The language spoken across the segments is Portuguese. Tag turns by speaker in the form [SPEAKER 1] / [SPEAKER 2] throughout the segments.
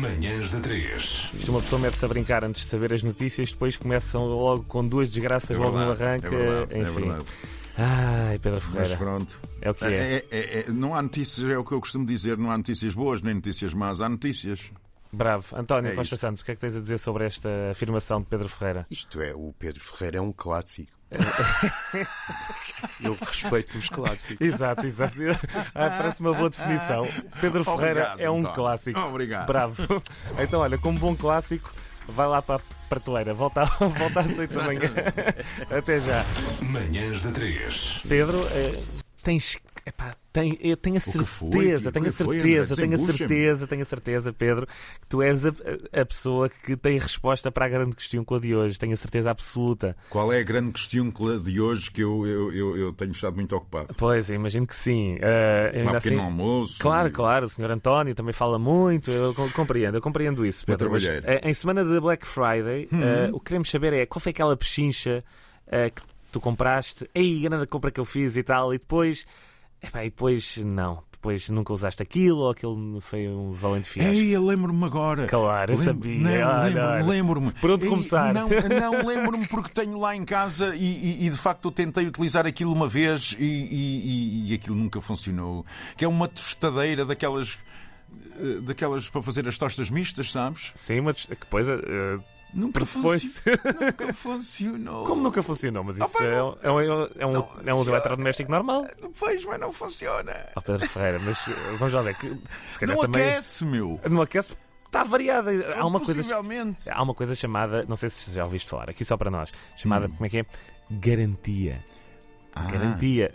[SPEAKER 1] Manhãs da 3.
[SPEAKER 2] Isto uma pessoa mete-se a brincar antes de saber as notícias, depois começam logo com duas desgraças
[SPEAKER 3] É
[SPEAKER 2] logo no arranque.
[SPEAKER 3] verdade, é verdade, é
[SPEAKER 2] enfim.
[SPEAKER 3] verdade.
[SPEAKER 2] Ai, Pedro
[SPEAKER 3] Mas
[SPEAKER 2] Ferreira.
[SPEAKER 3] pronto.
[SPEAKER 2] É o que é.
[SPEAKER 3] é- é- Não há notícias, é o que eu costumo dizer, não há notícias boas nem notícias más, há notícias.
[SPEAKER 2] Bravo. António
[SPEAKER 3] É
[SPEAKER 2] Costa
[SPEAKER 3] isto.
[SPEAKER 2] Santos, o que é que tens a dizer sobre esta afirmação de Pedro Ferreira?
[SPEAKER 4] Isto é, o Pedro Ferreira é um clássico. Eu respeito os clássicos.
[SPEAKER 2] Exato, exato. Ah, parece uma boa definição. Pedro
[SPEAKER 3] Obrigado,
[SPEAKER 2] Ferreira é um
[SPEAKER 3] António.
[SPEAKER 2] clássico.
[SPEAKER 3] Obrigado.
[SPEAKER 2] Bravo. Então, olha, como bom clássico, vai lá para a prateleira. Volta, volta às 8 da manhã. Até já.
[SPEAKER 1] Manhãs da 3.
[SPEAKER 2] Pedro, eh, tens. Epá, tenho, eu tenho a
[SPEAKER 3] que foi?
[SPEAKER 2] certeza,
[SPEAKER 3] O
[SPEAKER 2] tenho
[SPEAKER 3] que
[SPEAKER 2] a
[SPEAKER 3] foi,
[SPEAKER 2] certeza,
[SPEAKER 3] André?
[SPEAKER 2] tenho a
[SPEAKER 3] Desembucha-me.
[SPEAKER 2] certeza, tenho a certeza, Pedro, que tu és a, a pessoa que tem resposta para a grande questão com a de hoje. Tenho a certeza absoluta.
[SPEAKER 3] Qual é a grande questão de hoje que eu, eu, eu, eu tenho estado muito ocupado?
[SPEAKER 2] Pois, eu imagino que sim. Eh,
[SPEAKER 3] Há
[SPEAKER 2] ainda
[SPEAKER 3] um pequeno
[SPEAKER 2] assim-
[SPEAKER 3] almoço.
[SPEAKER 2] Claro, claro, o senhor António também fala muito, eu co- compreendo, eu compreendo isso, Pedro. mas,
[SPEAKER 3] trabalheiro.
[SPEAKER 2] eh, em semana de Black Friday,
[SPEAKER 3] Uhum.
[SPEAKER 2] eh, o que queremos saber é qual foi aquela pechincha eh, que tu compraste, ei, grande compra que eu fiz e tal, e depois, epá, e depois não, depois nunca usaste aquilo ou aquilo foi um valente fiasco.
[SPEAKER 3] Ei, eu lembro-me agora.
[SPEAKER 2] Claro, eu
[SPEAKER 3] Lembro-
[SPEAKER 2] sabia.
[SPEAKER 3] Não,
[SPEAKER 2] Olha, olha.
[SPEAKER 3] lembro-me, lembro-me.
[SPEAKER 2] Por onde
[SPEAKER 3] Ei,
[SPEAKER 2] começar?
[SPEAKER 3] Não, não lembro-me porque tenho lá em casa e, e- e, de facto eu tentei utilizar aquilo uma vez e, e- e- e aquilo nunca funcionou. Que é uma tostadeira daquelas. eh, Daquelas para fazer as tostas mistas, sabes?
[SPEAKER 2] Sim, mas que coisa. eh,
[SPEAKER 3] Nunca,
[SPEAKER 2] pressupõe-se.
[SPEAKER 3] funcionou. nunca funcionou.
[SPEAKER 2] como nunca funcionou, mas isso
[SPEAKER 3] pá,
[SPEAKER 2] é, um- é um, é um, é um
[SPEAKER 3] senhor.
[SPEAKER 2] eletrodoméstico normal.
[SPEAKER 3] Pois, mas não funciona.
[SPEAKER 2] Ó Pedro Ferreira, mas eh, vamos lá ver, que, se calhar
[SPEAKER 3] Não
[SPEAKER 2] também.
[SPEAKER 3] aquece, meu.
[SPEAKER 2] Não aquece, está variada.
[SPEAKER 3] É
[SPEAKER 2] Há uma coisa.
[SPEAKER 3] Possivelmente.
[SPEAKER 2] Há uma coisa chamada, não sei se já ouviste falar, aqui só para nós, chamada, como é que é? Garantia.
[SPEAKER 3] Hum. Ah. Hum.
[SPEAKER 2] Garantia.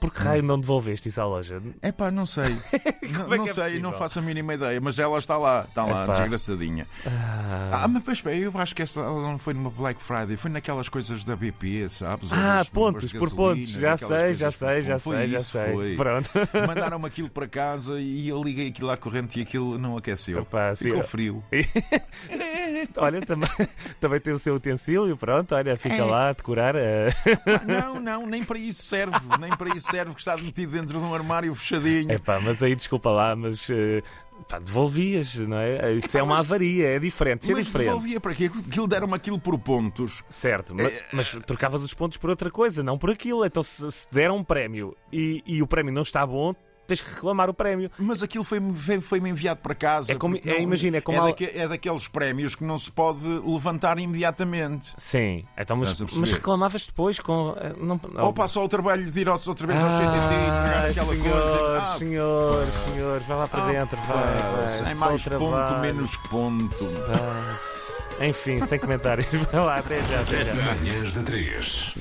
[SPEAKER 2] Por que raio não devolveste isso à loja?
[SPEAKER 3] É pá, não sei. não
[SPEAKER 2] é que
[SPEAKER 3] não
[SPEAKER 2] é
[SPEAKER 3] sei, não
[SPEAKER 2] possível?
[SPEAKER 3] faço a mínima ideia, mas ela está lá, está lá,
[SPEAKER 2] Epá.
[SPEAKER 3] desgraçadinha.
[SPEAKER 2] Ah,
[SPEAKER 3] Ah, mas mas espera, eu acho que esta ela não foi numa Black Friday, foi naquelas coisas da BP, sabes?
[SPEAKER 2] Ah,
[SPEAKER 3] Os bombas
[SPEAKER 2] pontos,
[SPEAKER 3] de
[SPEAKER 2] por
[SPEAKER 3] gasolina,
[SPEAKER 2] pontos. Já
[SPEAKER 3] aquelas
[SPEAKER 2] sei, já
[SPEAKER 3] coisas por
[SPEAKER 2] sei, já
[SPEAKER 3] pontos. Foi
[SPEAKER 2] sei, já
[SPEAKER 3] isso,
[SPEAKER 2] sei.
[SPEAKER 3] foi.
[SPEAKER 2] Pronto.
[SPEAKER 3] Mandaram-me aquilo para casa e eu liguei aquilo à corrente e aquilo não aqueceu.
[SPEAKER 2] Epá, sim,
[SPEAKER 3] Ficou
[SPEAKER 2] eu-
[SPEAKER 3] frio.
[SPEAKER 2] olha, também, também tem o seu utensílio, pronto, olha, fica lá a decorar. eh,
[SPEAKER 3] Ah, Não, não, nem para isso serve, nem para isso serve que está metido dentro de um armário fechadinho.
[SPEAKER 2] Epá, mas aí desculpa lá, mas eh, pá, devolvias, não é? Isso é uma avaria, é diferente, isso é
[SPEAKER 3] mas
[SPEAKER 2] diferente.
[SPEAKER 3] devolvia para quê? Aquilo deram-me aquilo por pontos.
[SPEAKER 2] Certo, ma-
[SPEAKER 3] Eh,
[SPEAKER 2] mas, trocavas os pontos por outra coisa, não por aquilo. Então, se, se deram um prémio e, e o prémio não está bom, tens que reclamar o prémio.
[SPEAKER 3] Mas aquilo foi-me foi foi-me enviado para casa.
[SPEAKER 2] É como-
[SPEAKER 3] porque
[SPEAKER 2] é, imagina, é como
[SPEAKER 3] é,
[SPEAKER 2] al-
[SPEAKER 3] daque- é daqueles prémios que não se pode levantar imediatamente.
[SPEAKER 2] Sim, então, mas,
[SPEAKER 3] Estás a perceber?
[SPEAKER 2] mas reclamavas depois com. eh, Não, não,
[SPEAKER 3] Ou passa ao trabalho é de ir aos- outra vez ao CTT e entregar
[SPEAKER 2] ah,
[SPEAKER 3] aquela
[SPEAKER 2] senhor,
[SPEAKER 3] coisa. tipo,
[SPEAKER 2] senhor, senhor, vai lá para dentro, vai, vai,
[SPEAKER 3] é
[SPEAKER 2] só
[SPEAKER 3] Ah, mais
[SPEAKER 2] o
[SPEAKER 3] ponto,
[SPEAKER 2] trabalho.
[SPEAKER 3] menos ponto.
[SPEAKER 2] Ah, Enfim, sem comentários, vai lá, até já, até já.
[SPEAKER 1] Manhãs da 3.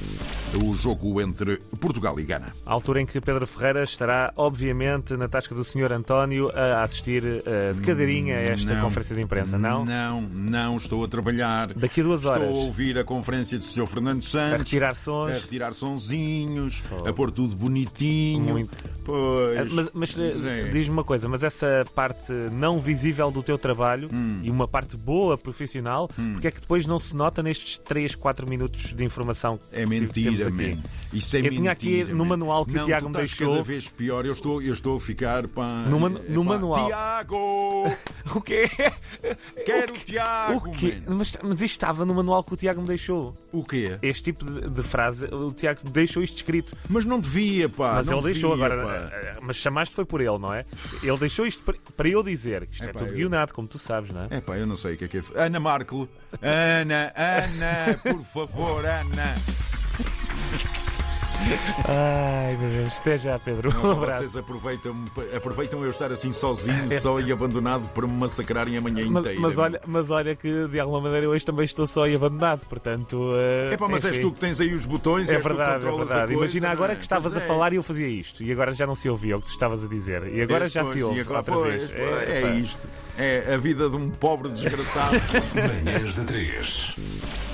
[SPEAKER 3] O jogo entre Portugal e Gana.
[SPEAKER 2] A altura em que Pedro Ferreira estará, obviamente, na tasca do senhor António a assistir eh, de cadeirinha a esta
[SPEAKER 3] Não.
[SPEAKER 2] conferência de imprensa, não?
[SPEAKER 3] Não, não, estou a trabalhar.
[SPEAKER 2] Daqui a duas horas.
[SPEAKER 3] Estou a ouvir a conferência do Sr. Fernando
[SPEAKER 2] A
[SPEAKER 3] Santos.
[SPEAKER 2] retirar
[SPEAKER 3] A
[SPEAKER 2] sons.
[SPEAKER 3] retirar sonzinhos, a pôr tudo bonitinho.
[SPEAKER 2] Muito. Ah,
[SPEAKER 3] Pois.
[SPEAKER 2] Mas, mas, eh,
[SPEAKER 3] Pois é.
[SPEAKER 2] diz-me uma coisa, mas essa parte não visível do teu trabalho
[SPEAKER 3] Hum.
[SPEAKER 2] e uma parte boa profissional, porque é que depois não se nota nestes 3, 4 minutos de informação que
[SPEAKER 3] É
[SPEAKER 2] tive- temos
[SPEAKER 3] mentira,
[SPEAKER 2] aqui?
[SPEAKER 3] man. Isso é
[SPEAKER 2] Eu tinha aqui
[SPEAKER 3] mentira,
[SPEAKER 2] no
[SPEAKER 3] man.
[SPEAKER 2] manual que o
[SPEAKER 3] Não,
[SPEAKER 2] Tiago
[SPEAKER 3] tu
[SPEAKER 2] me
[SPEAKER 3] estás
[SPEAKER 2] deixou.
[SPEAKER 3] cada vez pior. Eu estou, eu estou a ficar pá.
[SPEAKER 2] No manu-
[SPEAKER 3] é,
[SPEAKER 2] no
[SPEAKER 3] pá.
[SPEAKER 2] manual.
[SPEAKER 3] Tiago!
[SPEAKER 2] O quê?
[SPEAKER 3] Quero o Tiago!
[SPEAKER 2] O quê?
[SPEAKER 3] man.
[SPEAKER 2] Mas, mas isto estava no manual que o Tiago me deixou.
[SPEAKER 3] O quê?
[SPEAKER 2] Este tipo de, de frase, o Tiago deixou isto escrito.
[SPEAKER 3] Mas não devia, pá.
[SPEAKER 2] Mas
[SPEAKER 3] Ah, não
[SPEAKER 2] ele deixou
[SPEAKER 3] devia,
[SPEAKER 2] agora.
[SPEAKER 3] pá.
[SPEAKER 2] eh, Mas chamaste foi por ele, não é? Ele deixou isto para, para eu dizer. Isto é
[SPEAKER 3] Epá,
[SPEAKER 2] tudo
[SPEAKER 3] eu-
[SPEAKER 2] guionado, como tu sabes, não é?
[SPEAKER 3] É pá, eu não sei o que é que é. Ana Markle. Ana, Ana, por favor, Ana.
[SPEAKER 2] Ai, meu Deus. Até já, Pedro. Um abraço.
[SPEAKER 3] Vocês aproveitam, aproveitam eu estar assim sozinho, só e abandonado para me massacrarem a manhã
[SPEAKER 2] Mas,
[SPEAKER 3] inteira.
[SPEAKER 2] mas olha, mas olha que de alguma maneira hoje também estou só e abandonado, portanto. eh,
[SPEAKER 3] É pá, mas és
[SPEAKER 2] enfim.
[SPEAKER 3] tu que tens aí os botões,
[SPEAKER 2] É
[SPEAKER 3] és tu que
[SPEAKER 2] verdade, é
[SPEAKER 3] controlas a
[SPEAKER 2] verdade.
[SPEAKER 3] coisa,
[SPEAKER 2] Imagina agora
[SPEAKER 3] não é?
[SPEAKER 2] que estavas a
[SPEAKER 3] Pois é.
[SPEAKER 2] falar e eu fazia isto, e agora já não se ouvia o que tu estavas a dizer, e agora já
[SPEAKER 3] Pois,
[SPEAKER 2] se
[SPEAKER 3] e
[SPEAKER 2] ouve
[SPEAKER 3] agora-
[SPEAKER 2] outra
[SPEAKER 3] pois,
[SPEAKER 2] vez.
[SPEAKER 3] pois, É,
[SPEAKER 2] pá.
[SPEAKER 3] isto. É a vida de um pobre desgraçado.
[SPEAKER 1] Manhãs da 3.